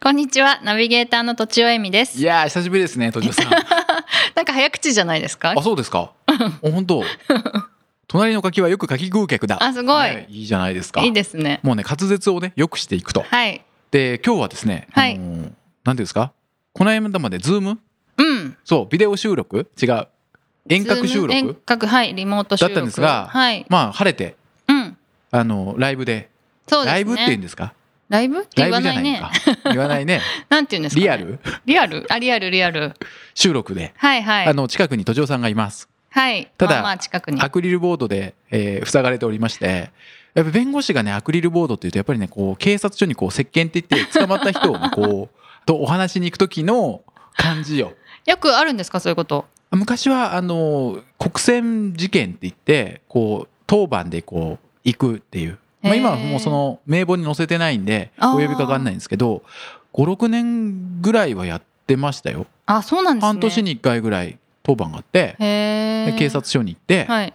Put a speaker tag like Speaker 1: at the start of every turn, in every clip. Speaker 1: こんにちはナビゲーターのとちおえみで
Speaker 2: い
Speaker 1: す
Speaker 2: やー久しぶりですねとじお さんあ
Speaker 1: なんか早口じゃないですか
Speaker 2: そうです かお本当隣の柿はよく柿食う客だ
Speaker 1: あすごい
Speaker 2: はい、いいじゃないですか
Speaker 1: いいですね
Speaker 2: もうね滑舌をねよくしていくと
Speaker 1: はい
Speaker 2: で今日はですね、
Speaker 1: はい
Speaker 2: あのーなんていうんですかこの間までズーム
Speaker 1: うん
Speaker 2: そうビデオ収録違う遠隔収
Speaker 1: ズーム遠
Speaker 2: 録
Speaker 1: 隔はいリモート収録
Speaker 2: だったんですが
Speaker 1: はい
Speaker 2: まあ晴れて
Speaker 1: うん
Speaker 2: あのーライブで
Speaker 1: そうですね
Speaker 2: ライブって言うんですか
Speaker 1: ライブって言
Speaker 2: ラ
Speaker 1: わ
Speaker 2: イブじ
Speaker 1: な
Speaker 2: ゃないいの
Speaker 1: ね
Speaker 2: か言わない ね
Speaker 1: なんて言うんですかね、
Speaker 2: リアル
Speaker 1: リアルあリアルリアル
Speaker 2: 収録で、
Speaker 1: はいはい
Speaker 2: あの近くにとじおさんがいます
Speaker 1: はい
Speaker 2: ただ
Speaker 1: まあ、まあ近くに
Speaker 2: アクリルボードで、えー塞がれておりまして、やっぱ弁護士がね、アクリルボードっていうと、やっぱりね、こう、警察署にこう、接見って言って、捕まった人をね、こ う、とお話しに行く時の感じよ。
Speaker 1: よくあるんですかそういうこと
Speaker 2: 昔は、あの、国選事件って言って、こう、当番でこう、行くっていう。まあ、
Speaker 1: へー
Speaker 2: 今はもうその名簿に載せてないんで、
Speaker 1: あー
Speaker 2: お呼びかかんないんですけど、5、6年ぐらいはやってましたよ。
Speaker 1: あそうなんですね
Speaker 2: 半年に1回ぐらい当番があって、
Speaker 1: へえ
Speaker 2: で警察署に行って、
Speaker 1: はい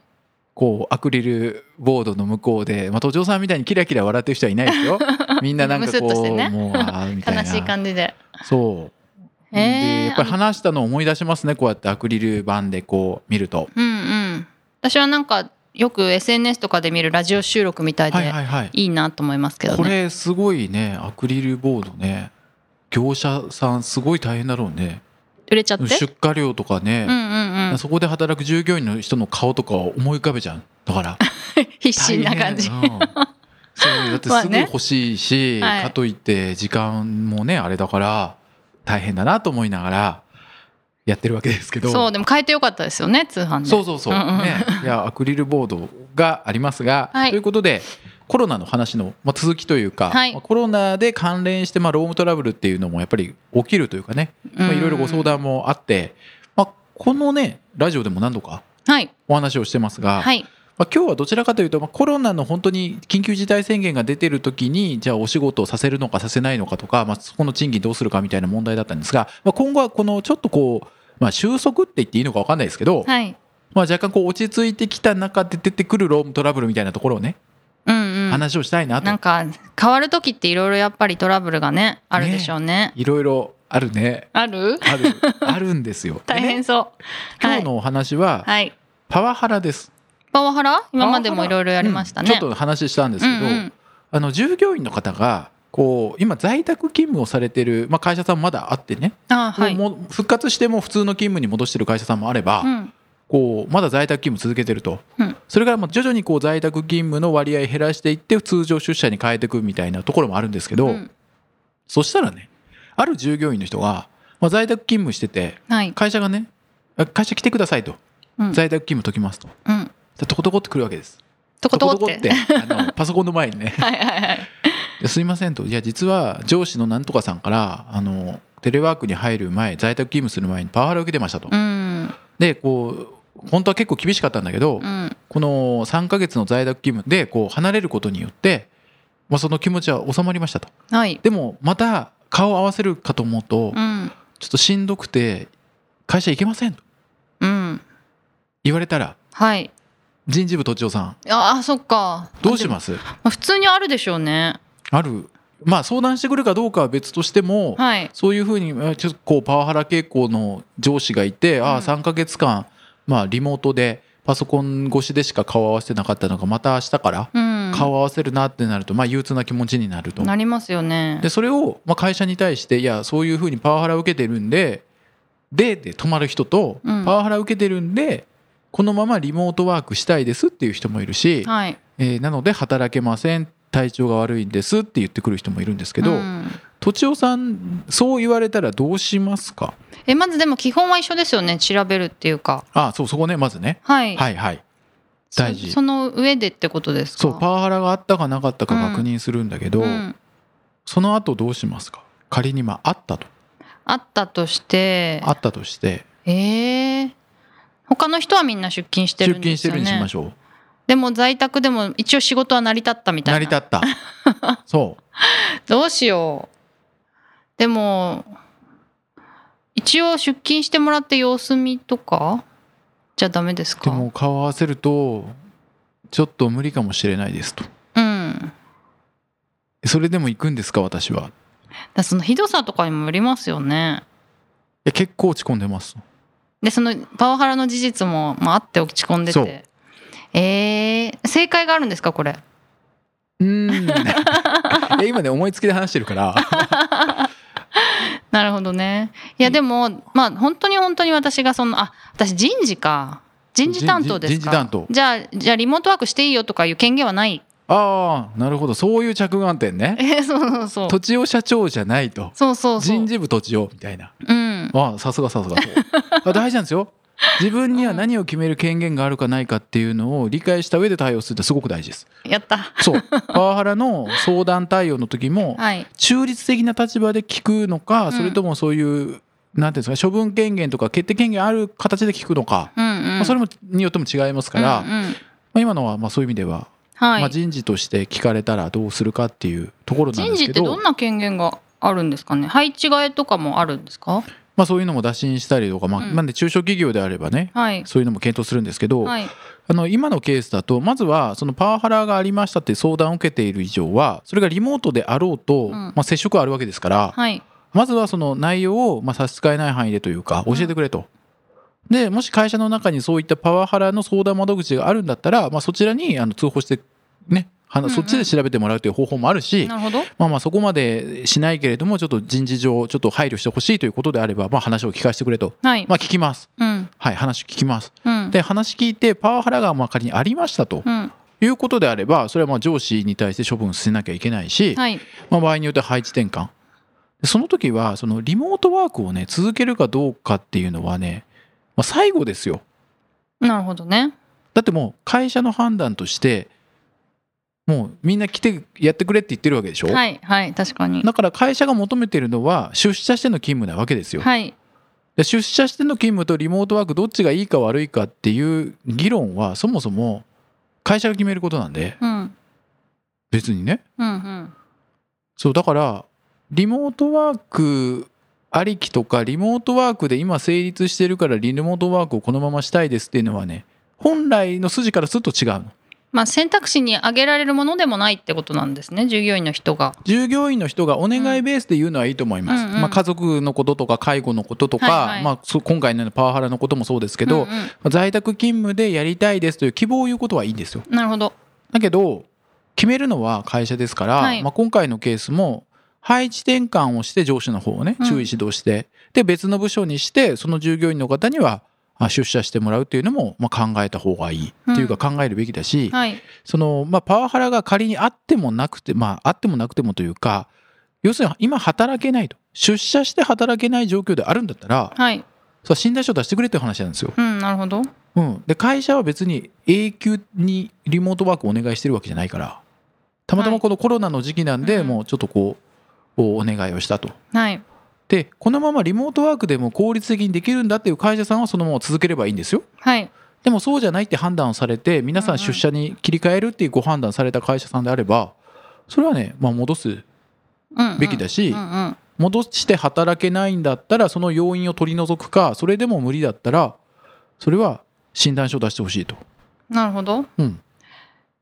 Speaker 2: こうアクリルボードの向こうで、まあ、都城さんみたいにキラキラ笑ってる人はいない ですよみんななん
Speaker 1: む
Speaker 2: か
Speaker 1: すっ
Speaker 2: こと
Speaker 1: して
Speaker 2: う、
Speaker 1: ね
Speaker 2: もうあーみたいな
Speaker 1: 悲しい感じで
Speaker 2: そう
Speaker 1: へ
Speaker 2: で
Speaker 1: え
Speaker 2: やっぱり話したのを思い出しますねこうやってアクリル板でこう見ると
Speaker 1: うんうん私はなんかよく SNS とかで見るラジオ収録みたい
Speaker 2: はい
Speaker 1: で
Speaker 2: はいはい
Speaker 1: いいなと思いますけどね、
Speaker 2: これすごいねアクリルボードね業者さんすごい大変だろうね
Speaker 1: 売れちゃって
Speaker 2: 出荷量とか
Speaker 1: うんう
Speaker 2: ね、
Speaker 1: んうん
Speaker 2: そこで働く従業員の人の顔とかを思い浮かべちゃうだから
Speaker 1: 必死な感じ
Speaker 2: 大変うんそうだって
Speaker 1: まあ
Speaker 2: すぐ
Speaker 1: ね
Speaker 2: 欲しいし、
Speaker 1: はい
Speaker 2: かといって時間もねあれだから大変だなと思いながらやってるわけですけど
Speaker 1: そうでも変えてよかったですよね通販で
Speaker 2: そうそうそう
Speaker 1: うんうん
Speaker 2: ね、いやアクリルボードがありますが、
Speaker 1: はい
Speaker 2: ということでコロナの話の、まあ、続きというか、
Speaker 1: はい
Speaker 2: まあコロナで関連して、まあ、ロームトラブルっていうのもやっぱり起きるというかね、まあ、
Speaker 1: うん
Speaker 2: いろいろご相談もあって、まあ、このねラジオでも何度か
Speaker 1: はい
Speaker 2: お話をしてますが、
Speaker 1: はい
Speaker 2: まあ、今日はどちらかというと、まあ、コロナの本当に緊急事態宣言が出てる時にじゃあお仕事をさせるのかさせないのかとか、まあ、そこの賃金どうするかみたいな問題だったんですが、まあ、今後はこのちょっとこう、まあ、収束って言っていいのか分かんないですけど、
Speaker 1: はい
Speaker 2: まあ、若干こう落ち着いてきた中で出てくるロームトラブルみたいなところをね、
Speaker 1: うんうん
Speaker 2: 話をしたいなと
Speaker 1: なんか変わる時っていろいろやっぱりトラブルがねあるでしょうね
Speaker 2: いろいろあるね
Speaker 1: ある
Speaker 2: あ るあるんですよ。
Speaker 1: 大
Speaker 2: でね
Speaker 1: 変そう
Speaker 2: 今
Speaker 1: は
Speaker 2: 日
Speaker 1: い、
Speaker 2: のお話は
Speaker 1: はい、
Speaker 2: パワハラです。
Speaker 1: パワハラ今までもいろいろやりましたね、
Speaker 2: うんちょっと話したんですけど、
Speaker 1: うんうん
Speaker 2: あの従業員の方がこう今在宅勤務をされてる、まあ、会社さんもまだあってね、
Speaker 1: あはい、
Speaker 2: もうもう復活してもう普通の勤務に戻してる会社さんもあれば、
Speaker 1: うん
Speaker 2: こうまだ在宅勤務続けてると、
Speaker 1: うん
Speaker 2: それからまあ徐々にこう在宅勤務の割合減らしていって通常出社に変えていくみたいなところもあるんですけど、
Speaker 1: うん
Speaker 2: そしたらねある従業員の人が、まあ、在宅勤務してて
Speaker 1: はい、
Speaker 2: 会社がねあ会社来てくださいと、
Speaker 1: うん
Speaker 2: 在宅勤務解きますと
Speaker 1: うん、
Speaker 2: でトコトコって来るわけです。
Speaker 1: とことこって
Speaker 2: あの パソコンの前にね
Speaker 1: はいはいはい
Speaker 2: ですいませんといや実は上司のなんとかさんからあのテレワークに入る前在宅勤務する前にパワハラを受けてましたと、
Speaker 1: うん
Speaker 2: でこう本当は結構厳しかったんだけど、
Speaker 1: うん
Speaker 2: この3ヶ月の在宅勤務でこう離れることによって、まあ、その気持ちは収まりましたと
Speaker 1: はい
Speaker 2: でもまた顔を合わせるかと思うと、
Speaker 1: う
Speaker 2: ちょ
Speaker 1: ん
Speaker 2: っとしんどくて会社行けませんと
Speaker 1: うん
Speaker 2: 言われたら
Speaker 1: はい
Speaker 2: 人事部都庁さん
Speaker 1: ああそっか
Speaker 2: どうし
Speaker 1: ま
Speaker 2: ます
Speaker 1: す普通にあるでしょうね
Speaker 2: あるまあ相談してくるかどうかは別としても、
Speaker 1: はい
Speaker 2: そういうふうにまあちょっとこうパワハラ傾向の上司がいて、あ
Speaker 1: う
Speaker 2: あ
Speaker 1: ん
Speaker 2: 3ヶ月間、まあ、リモートでパソコン越しでしか顔を合わせてなかったのがまた明日から
Speaker 1: うん
Speaker 2: 顔を合わせるなってなると、まあ、憂鬱な気持ちになると。
Speaker 1: なりますよね
Speaker 2: でそれをまあ会社に対していやそういうふうにパワハラを受けてるんででで止まる人と、
Speaker 1: うん
Speaker 2: パワハラ受けてるんでこのままリモートワークしたいですっていう人もいるし、
Speaker 1: はい
Speaker 2: えーなので働けません体調が悪いんですって言ってくる人もいるんですけど、
Speaker 1: うん
Speaker 2: とちおさんそう言われたらどうしますか
Speaker 1: えまずでも基本は一緒ですよね調べるっていうか
Speaker 2: あそうそこねまずね
Speaker 1: はい、
Speaker 2: はいはい
Speaker 1: そ
Speaker 2: 大事
Speaker 1: その上でってことですか
Speaker 2: そうパワハラがあったかなかったか確認するんだけど、
Speaker 1: うん
Speaker 2: その後どうしますか仮にまああったと
Speaker 1: あったとして
Speaker 2: あったとして
Speaker 1: ええ他の人はみんな出勤して
Speaker 2: 出
Speaker 1: るん
Speaker 2: 勤
Speaker 1: で
Speaker 2: し
Speaker 1: す
Speaker 2: て
Speaker 1: よ
Speaker 2: る
Speaker 1: ね
Speaker 2: にしましょう
Speaker 1: でも在宅でも一応仕事は成り立ったみた
Speaker 2: 成
Speaker 1: いな
Speaker 2: り立った そう
Speaker 1: どうしようでも一応出勤してもらって様子見とかじゃダメですか
Speaker 2: でも顔合わせるとちょっと無理かもしれないですと
Speaker 1: うん
Speaker 2: それでも行くんですか私は
Speaker 1: だからそのひどさとかにもよりますよね
Speaker 2: いや結構落ち込んでます
Speaker 1: でそのパワハラの事実も、まあ、あって落ち込んで
Speaker 2: そう
Speaker 1: てえー、正解があるんですかこれ
Speaker 2: う ーんいや今ね思いつきで話してるから
Speaker 1: なるほどねいやでもまあ本当に本当に私がそのあ私人事か 人事担当です
Speaker 2: 人事人
Speaker 1: か
Speaker 2: 事担当
Speaker 1: じゃあじゃあリモートワークしていいよとかいう権限はない
Speaker 2: ああなるほどそういう着眼点ね
Speaker 1: えそうそうそう
Speaker 2: 土地を社長じゃないと
Speaker 1: そうそうそう
Speaker 2: 人事部土地をみたいな
Speaker 1: うん
Speaker 2: あさすがさすがそうあ大事なんですよ自分には何を決める権限があるかないかっていうのを理解した上で対応するってすごく大事です
Speaker 1: やった
Speaker 2: そうパワハラの相談対応の時も
Speaker 1: はい
Speaker 2: 中立的な立場で聞くのか、
Speaker 1: うん
Speaker 2: それともそういうなんていうんですか処分権限とか決定権限ある形で聞くのか、
Speaker 1: うんう
Speaker 2: まあ、
Speaker 1: ん
Speaker 2: それもによっても違いますから、
Speaker 1: うん
Speaker 2: ま
Speaker 1: うん
Speaker 2: あ、今のはまあそういう意味では、
Speaker 1: はい、
Speaker 2: まあ、人事として聞かれたらどうするかっていうところなん
Speaker 1: 人
Speaker 2: で
Speaker 1: 事
Speaker 2: す
Speaker 1: っ
Speaker 2: け
Speaker 1: てど
Speaker 2: ど
Speaker 1: んな権限があるんですかね配置換えとかもあるんですか
Speaker 2: まあ、そういうのも打診したりとか、まあ
Speaker 1: うん
Speaker 2: なんで中小企業であればね
Speaker 1: はい
Speaker 2: そういうのも検討するんですけど、
Speaker 1: はい
Speaker 2: あの今のケースだとまずはそのパワハラがありましたって相談を受けている以上はそれがリモートであろうと、
Speaker 1: ん
Speaker 2: まあ、接触はあるわけですから、
Speaker 1: はい
Speaker 2: まずはその内容をまあ差し支えない範囲でというか教えてくれと。でもし会社の中にそういったパワハラの相談窓口があるんだったら、まあ、そちらにあの通報してねは
Speaker 1: うんうん
Speaker 2: そっちで調べてもらうという方法もあるし、
Speaker 1: なるほど
Speaker 2: まあまあそこまでしないけれどもちょっと人事上ちょっと配慮してほしいということであれば、まあ、話を聞かせてくれと、
Speaker 1: はい、
Speaker 2: まあ、聞きます
Speaker 1: うん
Speaker 2: はい話聞きます
Speaker 1: うん
Speaker 2: で話聞いてパワハラがまあ仮にありましたと
Speaker 1: うん
Speaker 2: いうことであればそれはまあ上司に対して処分しなきゃいけないし、
Speaker 1: はい
Speaker 2: まあ、場合によっては配置転換でその時はそのリモートワークをね続けるかどうかっていうのはね、まあ、最後ですよ
Speaker 1: なるほどね
Speaker 2: だってもう会社の判断としてもうみんな来てやってくれって言ってるわけでしょ、
Speaker 1: はいはい確かに
Speaker 2: だから会社が求めてるのは出社しての勤務なわけですよ、
Speaker 1: はい
Speaker 2: で出社しての勤務とリモートワークどっちがいいか悪いかっていう議論はそもそも会社が決めることなんで
Speaker 1: うんうん
Speaker 2: 別にね
Speaker 1: うん
Speaker 2: そうだからリモートワークありきとかリモートワークで今成立してるからリモートワークをこのまましたいですっていうのはね本来の筋からすると違うの
Speaker 1: まあ選択肢に挙げられるものでもないってことなんですね従業員の人が
Speaker 2: 従業員の人がお願いベースで言うのはいいと思います、
Speaker 1: うんうんうん
Speaker 2: まあ、家族のこととか介護のこととか、
Speaker 1: はいはい
Speaker 2: まあ、そう今回のパワハラのこともそうですけど、
Speaker 1: うんうん
Speaker 2: 在宅勤務でやりたいですという希望を言うことはいいんですよ
Speaker 1: なるほど
Speaker 2: だけど決めるのは会社ですから、
Speaker 1: はい
Speaker 2: まあ、今回のケースも配置転換をして上司の方をね
Speaker 1: うん
Speaker 2: 注意指導して、で別の部署にしてその従業員の方にはあ出社してもらうっていうのも、まあ、考えた方がいいっていうか考えるべきだし、
Speaker 1: はい
Speaker 2: そのまあ、パワハラが仮にあってもなくてまああってもなくてもというか要するに今働けないと出社して働けない状況であるんだったら
Speaker 1: はい
Speaker 2: それは診断書出してくれっていう話なんですよ。
Speaker 1: うんなるほど
Speaker 2: うん、で会社は別に永久にリモートワークお願いしてるわけじゃないからたまたまこのコロナの時期なんで、
Speaker 1: うん
Speaker 2: もうちょっとこうおお願いをしたと。
Speaker 1: はい
Speaker 2: でこのままリモートワークでも効率的にできるんだっていう会社さんはそのまま続ければいいんですよ。
Speaker 1: はい
Speaker 2: でもそうじゃないって判断をされて皆さ
Speaker 1: うん
Speaker 2: ん
Speaker 1: うん
Speaker 2: 出社に切り替えるっていうご判断された会社さんであればそれはね、まあ、戻す
Speaker 1: うんうん
Speaker 2: べきだし、
Speaker 1: うんうん
Speaker 2: 戻して働けないんだったらその要因を取り除くかそれでも無理だったらそれは診断書を出してほしいと。
Speaker 1: なるほど
Speaker 2: うん、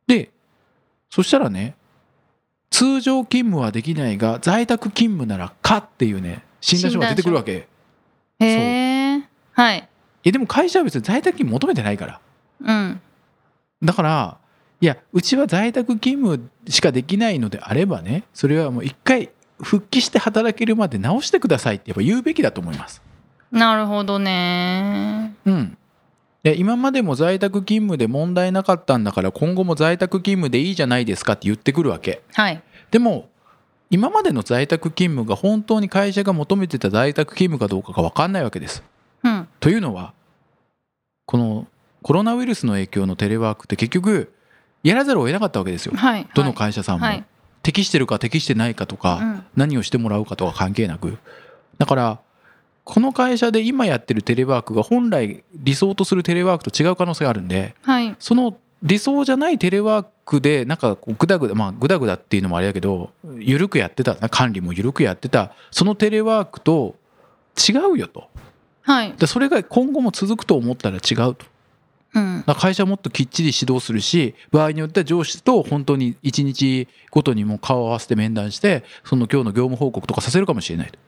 Speaker 2: でそしたらね通常勤務はできないが在宅勤務ならかっていうね診断書が出てくるわけい
Speaker 1: へえはい
Speaker 2: やでも会社は別に在宅勤務求めてないから
Speaker 1: うん
Speaker 2: だからいやうちは在宅勤務しかできないのであればねそれはもう一回復帰して働けるまで直してくださいってやっぱ言うべきだと思います
Speaker 1: なるほどね
Speaker 2: うんで今までも在宅勤務で問題なかったんだから今後も在宅勤務でいいじゃないですかって言ってくるわけ
Speaker 1: はい
Speaker 2: でも今までの在宅勤務が本当に会社が求めてた在宅勤務かどうかが分かんないわけです。
Speaker 1: うん
Speaker 2: というのはこのコロナウイルスの影響のテレワークって結局やらざるを得なかったわけですよ。
Speaker 1: はい
Speaker 2: どの会社さんも、
Speaker 1: はい
Speaker 2: 適してるか適してないかとか、
Speaker 1: うん
Speaker 2: 何をしてもらうかとか関係なくだからこの会社で今やってるテレワークが本来理想とするテレワークと違う可能性があるんで
Speaker 1: はい。
Speaker 2: その理想じゃないテレワークでなんかこうグダグダまあグダグダっていうのもあれだけど緩くやってた管理も緩くやってたそのテレワークと違うよと
Speaker 1: はい。
Speaker 2: でそれが今後も続くと思ったら違うと
Speaker 1: うん。
Speaker 2: だから会社はもっときっちり指導するし場合によっては上司と本当に1日ごとにもう顔を合わせて面談してその今日の業務報告とかさせるかもしれないとだか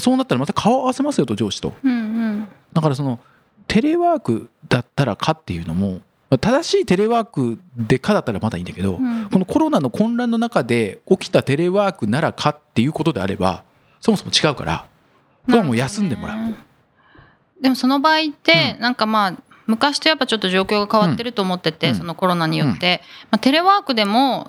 Speaker 2: らそうなったらまた顔を合わせますよと上司と
Speaker 1: うんうん。
Speaker 2: だからそのテレワークだったらかっていうのもまあ正しいテレワークでかだったらまだいいんだけど、
Speaker 1: うん
Speaker 2: このコロナの混乱の中で起きたテレワークならかっていうことであればそもそも違うからそれはもう休んでもらう。
Speaker 1: なるほどねでもその場合って、なんかまあ昔とやっぱちょっと状況が変わってると思ってて、
Speaker 2: うん
Speaker 1: そのコロナによって、まあ、テレワークでも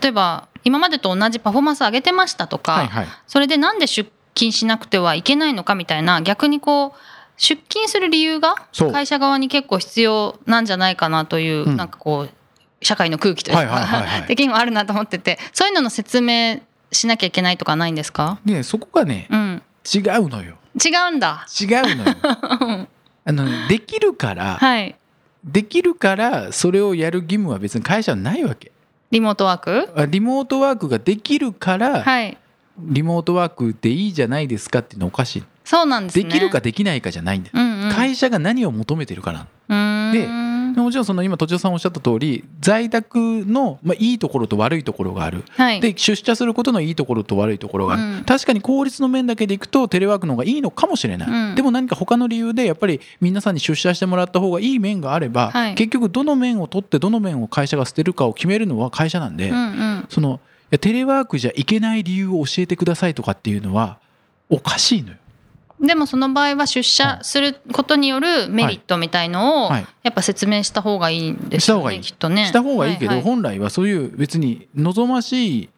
Speaker 1: 例えば今までと同じパフォーマンス上げてましたとか、
Speaker 2: はいはい
Speaker 1: それでなんで出勤しなくてはいけないのかみたいな逆にこう出勤する理由が
Speaker 2: そう
Speaker 1: 会社側に結構必要なんじゃないかなという、
Speaker 2: うん
Speaker 1: なんかこう社会の空気というか、
Speaker 2: はいはいはいはい
Speaker 1: 的にもあるなと思っててそういうのの説明しなきゃいけないとかないんですか、
Speaker 2: でそこがね
Speaker 1: うん、
Speaker 2: 違うのよ
Speaker 1: 違うんだ
Speaker 2: 違うの よあのできるから
Speaker 1: はい
Speaker 2: できるからそれをやる義務は別に会社はないわけ
Speaker 1: リモートワーク
Speaker 2: あリモートワークができるから
Speaker 1: はい。
Speaker 2: リモートワークでいいじゃないですかっていうのはおかしい
Speaker 1: そうなんです
Speaker 2: で
Speaker 1: ね。
Speaker 2: きるかできないかじゃないんだよ
Speaker 1: うんうん、
Speaker 2: 会社が何を求めてるかな
Speaker 1: うーん
Speaker 2: ででもちろんその今土地さんおっしゃった通り在宅のまあいいところと悪いところがある
Speaker 1: はい。
Speaker 2: で出社することのいいところと悪いところがある、
Speaker 1: うん
Speaker 2: 確かに効率の面だけでいくとテレワークの方がいいのかもしれない、
Speaker 1: うん
Speaker 2: でも何か他の理由でやっぱり皆さんに出社してもらった方がいい面があれば、
Speaker 1: はい
Speaker 2: 結局どの面を取ってどの面を会社が捨てるかを決めるのは会社なんで、
Speaker 1: うんうん。
Speaker 2: そのいやテレワークじゃいけない理由を教えてくださいとかっていうのはおかしいのよ。
Speaker 1: でもその場合は出社することによるメリットみたいのを
Speaker 2: はい
Speaker 1: やっぱ説明した方がいいんです
Speaker 2: した
Speaker 1: よね。
Speaker 2: 方がいい
Speaker 1: きっとね。
Speaker 2: した方がいいけど、
Speaker 1: はは
Speaker 2: 本来はそういう別に望ましい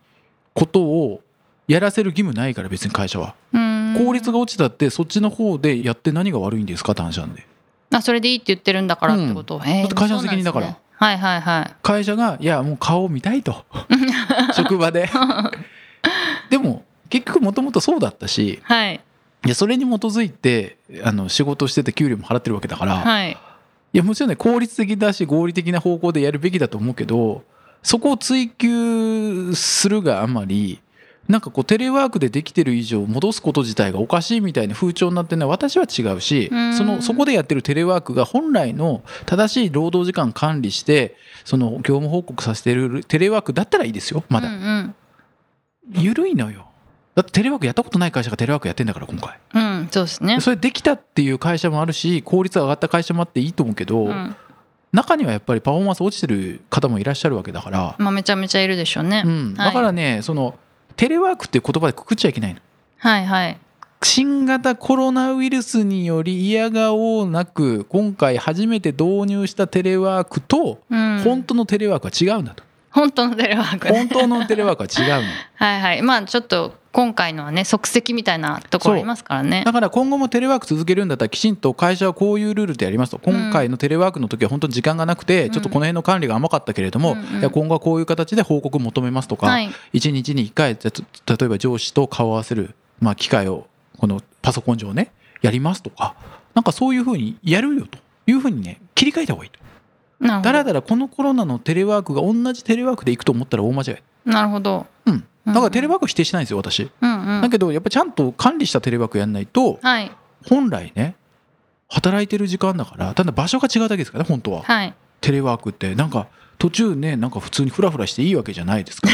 Speaker 2: ことをやらせる義務ないから別に会社は
Speaker 1: うーん
Speaker 2: 効率が落ちたってそっちの方でやって何が悪いんですかって話なんで
Speaker 1: あそれでいいって言ってるんだからってこと。えー
Speaker 2: だって会社の責任だから
Speaker 1: そうなんですねはいはいはい。
Speaker 2: 会社がいやもう顔を見たい と職場ででも結局もともとそうだったし
Speaker 1: はい
Speaker 2: いやそれに基づいてあの仕事をしてて給料も払ってるわけだから、
Speaker 1: はい。
Speaker 2: いやもちろんね効率的だし合理的な方向でやるべきだと思うけどそこを追求するがあまりなんかこうテレワークでできてる以上戻すこと自体がおかしいみたいな風潮になってるのは私は違うし
Speaker 1: うん
Speaker 2: そのそこでやってるテレワークが本来の正しい労働時間管理してその業務報告させてるテレワークだったらいいですよま
Speaker 1: う
Speaker 2: だ
Speaker 1: んうん
Speaker 2: 緩いのよだってテレワークやったことない会社がテレワークやってんだから今回
Speaker 1: うん、そうですね。
Speaker 2: それできたっていう会社もあるし効率が上がった会社もあっていいと思うけど、
Speaker 1: うん
Speaker 2: 中にはやっぱりパフォーマンス落ちてる方もいらっしゃるわけだから、
Speaker 1: まあめちゃめちゃいるでしょうね。
Speaker 2: うん、
Speaker 1: はい
Speaker 2: だからねそのテレワークっていう言葉でくくっちゃいけないの
Speaker 1: はいはい。
Speaker 2: 新型コロナウイルスにより嫌がおうなく今回初めて導入したテレワークと
Speaker 1: うん、
Speaker 2: 本当のテレワークは違うんだと、
Speaker 1: 本当のテレワーク
Speaker 2: 本
Speaker 1: ね
Speaker 2: 当のテレワークは 違うの
Speaker 1: はいはいまあちょっと今回のはね即席みたいなところありますからね
Speaker 2: だから今後もテレワーク続けるんだったらきちんと会社はこういうルールでやりますと今回のテレワークの時は本当に時間がなくて
Speaker 1: ん
Speaker 2: ちょっとこの辺の管理が甘かったけれども、
Speaker 1: うんうん
Speaker 2: いや今後はこういう形で報告求めますとか、
Speaker 1: はい
Speaker 2: 1日に1回じゃつ例えば上司と顔を合わせる、まあ、機会をこのパソコン上ねやりますとかなんかそういうふうにやるよというふうにね切り替えた方がいいと
Speaker 1: なるほ
Speaker 2: だ
Speaker 1: ど
Speaker 2: らだらこのコロナのテレワークが同じテレワークで行くと思ったら大間違い
Speaker 1: なるほど
Speaker 2: うんだからテレ
Speaker 1: バ
Speaker 2: ワークは否定しないんですよ私
Speaker 1: うんう
Speaker 2: だ
Speaker 1: ん
Speaker 2: けどやっぱちゃんと管理したテレワークやんないと
Speaker 1: はい
Speaker 2: 本来ね働いてる時間だからただ場所が違うだけですからね本当は
Speaker 1: はい
Speaker 2: テレワークってなんか途中ねなんか普通にフラフラしていいわけじゃないですか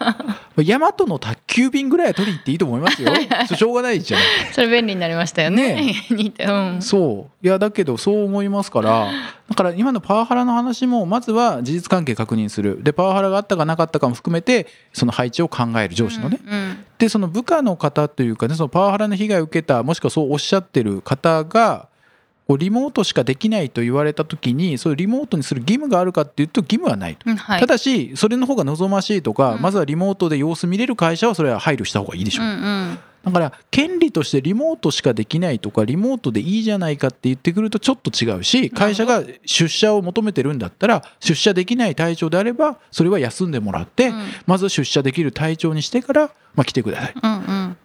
Speaker 2: ら 大和の宅急便ぐらいは取りに行っていいと思いますよそしょうがないじゃん
Speaker 1: それ便利になりましたよね
Speaker 2: ね
Speaker 1: 似てうん
Speaker 2: そういやだけどそう思いますからだから今のパワハラの話もまずは事実関係確認するでパワハラがあったかなかったかも含めてその配置を考える上司のね、
Speaker 1: うんうん
Speaker 2: でその部下の方というかねそのパワハラの被害を受けたもしくはそうおっしゃってる方がこうリモートしかできないと言われた時にそういうリモートにする義務があるかっていうと義務はないと。
Speaker 1: うんはい
Speaker 2: ただしそれの方が望ましいとか、
Speaker 1: うん
Speaker 2: まずはリモートで様子見れる会社はそれは配慮した方がいいでしょ
Speaker 1: う
Speaker 2: う、
Speaker 1: んうん
Speaker 2: だから権利としてリモートしかできないとかリモートでいいじゃないかって言ってくるとちょっと違うし会社が出社を求めてるんだったら出社できない体調であればそれは休んでもらって、
Speaker 1: うん
Speaker 2: まず出社できる体調にしてから、まあ、来てください
Speaker 1: うんうん
Speaker 2: あ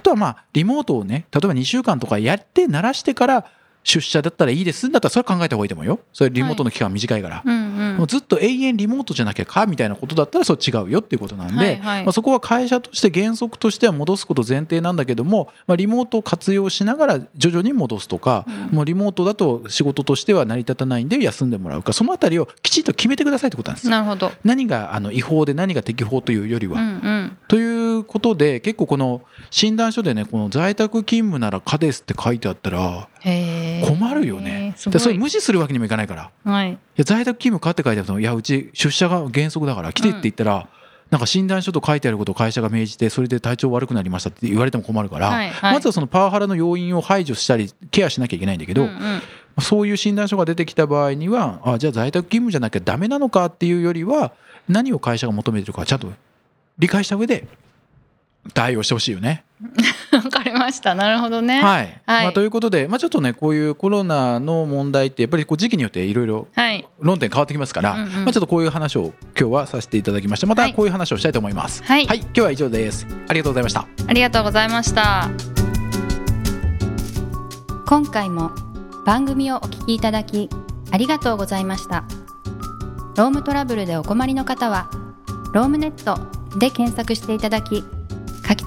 Speaker 2: とはまあリモートをね例えば2週間とかやって慣らしてから出社だったらいいですんだったらそれは考えた方がいいと思うよそれリモートの期間短いから、
Speaker 1: うんうん
Speaker 2: もうずっと永遠リモートじゃなきゃかみたいなことだったらそれ違うよっていうことなんで、
Speaker 1: はいはい
Speaker 2: まあ、そこは会社として原則としては戻すこと前提なんだけども、まあ、リモートを活用しながら徐々に戻すとか、
Speaker 1: うん
Speaker 2: もうリモートだと仕事としては成り立たないんで休んでもらうかそのあたりをきちんと決めてくださいってことなんですよ。
Speaker 1: なるほど。
Speaker 2: 何があの違法で何が適法というより
Speaker 1: うん
Speaker 2: は、
Speaker 1: うん。
Speaker 2: ということで結構この診断書でねこの在宅勤務なら可ですって書いてあったら
Speaker 1: へー
Speaker 2: 困るよね、
Speaker 1: す
Speaker 2: でそ
Speaker 1: ご
Speaker 2: れ
Speaker 1: い。
Speaker 2: 無視するわけにもいかないから
Speaker 1: はい。
Speaker 2: いや在宅勤務かって書いてあるといやうち出社が原則だから来てって言ったら、なんか診断書と書いてあることを会社が命じてそれで体調悪くなりましたって言われても困るから、
Speaker 1: はいはい
Speaker 2: まずはそのパワハラの要因を排除したりケアしなきゃいけないんだけど、
Speaker 1: うんうん
Speaker 2: そういう診断書が出てきた場合にはあじゃあ在宅勤務じゃなきゃダメなのかっていうよりは何を会社が求めてるかちゃんと理解した上で対応してほしいよね。
Speaker 1: わかりました。なるほどね。はい。
Speaker 2: はいまあ、ということで、まあ、ちょっとねこういうコロナの問題ってやっぱりこう時期によっていろいろ
Speaker 1: はい。
Speaker 2: 論点変わってきますから、
Speaker 1: うんうん
Speaker 2: まあ、ちょっとこういう話を今日はさせていただきましてま
Speaker 1: は
Speaker 2: た
Speaker 1: い
Speaker 2: こういう話をしたいと思います。
Speaker 1: はい
Speaker 2: はい、今日は以上です。ありがとうございました。
Speaker 1: ありがとうございました。今回も番組をお聞きいただきありがとうございました。ロームトラブルでお困りの方は、ロームネットで検索していただき、柿